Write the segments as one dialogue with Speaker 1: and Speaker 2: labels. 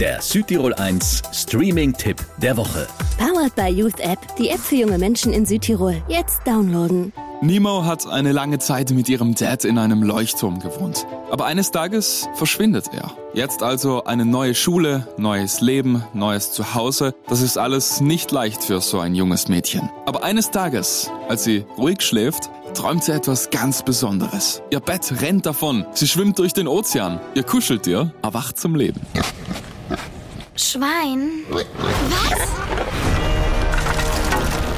Speaker 1: Der Südtirol 1 Streaming-Tipp der Woche.
Speaker 2: Powered by Youth App, die App für junge Menschen in Südtirol. Jetzt downloaden.
Speaker 3: Nemo hat eine lange Zeit mit ihrem Dad in einem Leuchtturm gewohnt. Aber eines Tages verschwindet er. Jetzt also eine neue Schule, neues Leben, neues Zuhause. Das ist alles nicht leicht für so ein junges Mädchen. Aber eines Tages, als sie ruhig schläft, träumt sie etwas ganz Besonderes. Ihr Bett rennt davon. Sie schwimmt durch den Ozean. Ihr Kuscheltier erwacht zum Leben.
Speaker 4: Schwein? Was?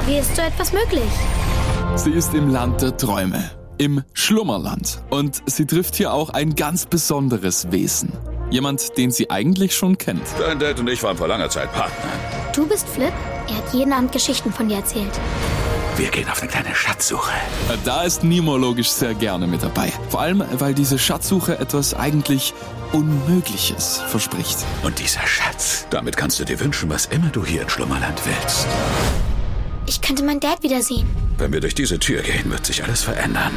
Speaker 4: Wie ist so etwas möglich?
Speaker 3: Sie ist im Land der Träume, im Schlummerland. Und sie trifft hier auch ein ganz besonderes Wesen. Jemand, den sie eigentlich schon kennt.
Speaker 5: Dein Dad und ich waren vor langer Zeit Partner.
Speaker 4: Du bist Flip? Er hat jeden Abend Geschichten von dir erzählt.
Speaker 6: Wir gehen auf eine kleine Schatzsuche.
Speaker 3: Da ist Nemo logisch sehr gerne mit dabei. Vor allem, weil diese Schatzsuche etwas eigentlich Unmögliches verspricht.
Speaker 6: Und dieser Schatz,
Speaker 5: Damit kannst du dir wünschen, was immer du hier in Schlummerland willst.
Speaker 4: Ich könnte meinen Dad wiedersehen.
Speaker 5: Wenn wir durch diese Tür gehen, wird sich alles verändern.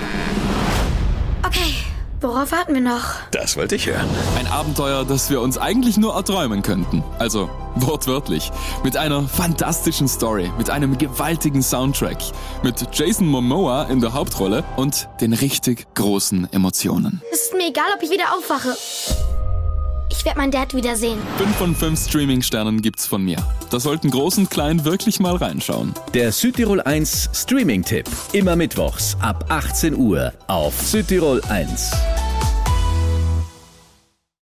Speaker 4: Okay, worauf warten wir noch?
Speaker 5: Das wollte ich hören.
Speaker 3: Ein Abenteuer, das wir uns eigentlich nur erträumen könnten. Also wortwörtlich. Mit einer fantastischen Story, mit einem gewaltigen Soundtrack, mit Jason Momoa in der Hauptrolle und den richtig großen Emotionen.
Speaker 4: Es ist mir egal, ob ich wieder aufwache. Ich werde meinen Dad wiedersehen.
Speaker 3: 5 von 5 Streaming-Sternen gibt's von mir. Da sollten Groß und Klein wirklich mal reinschauen.
Speaker 1: Der Südtirol 1 Streaming-Tipp. Immer mittwochs ab 18 Uhr auf Südtirol 1.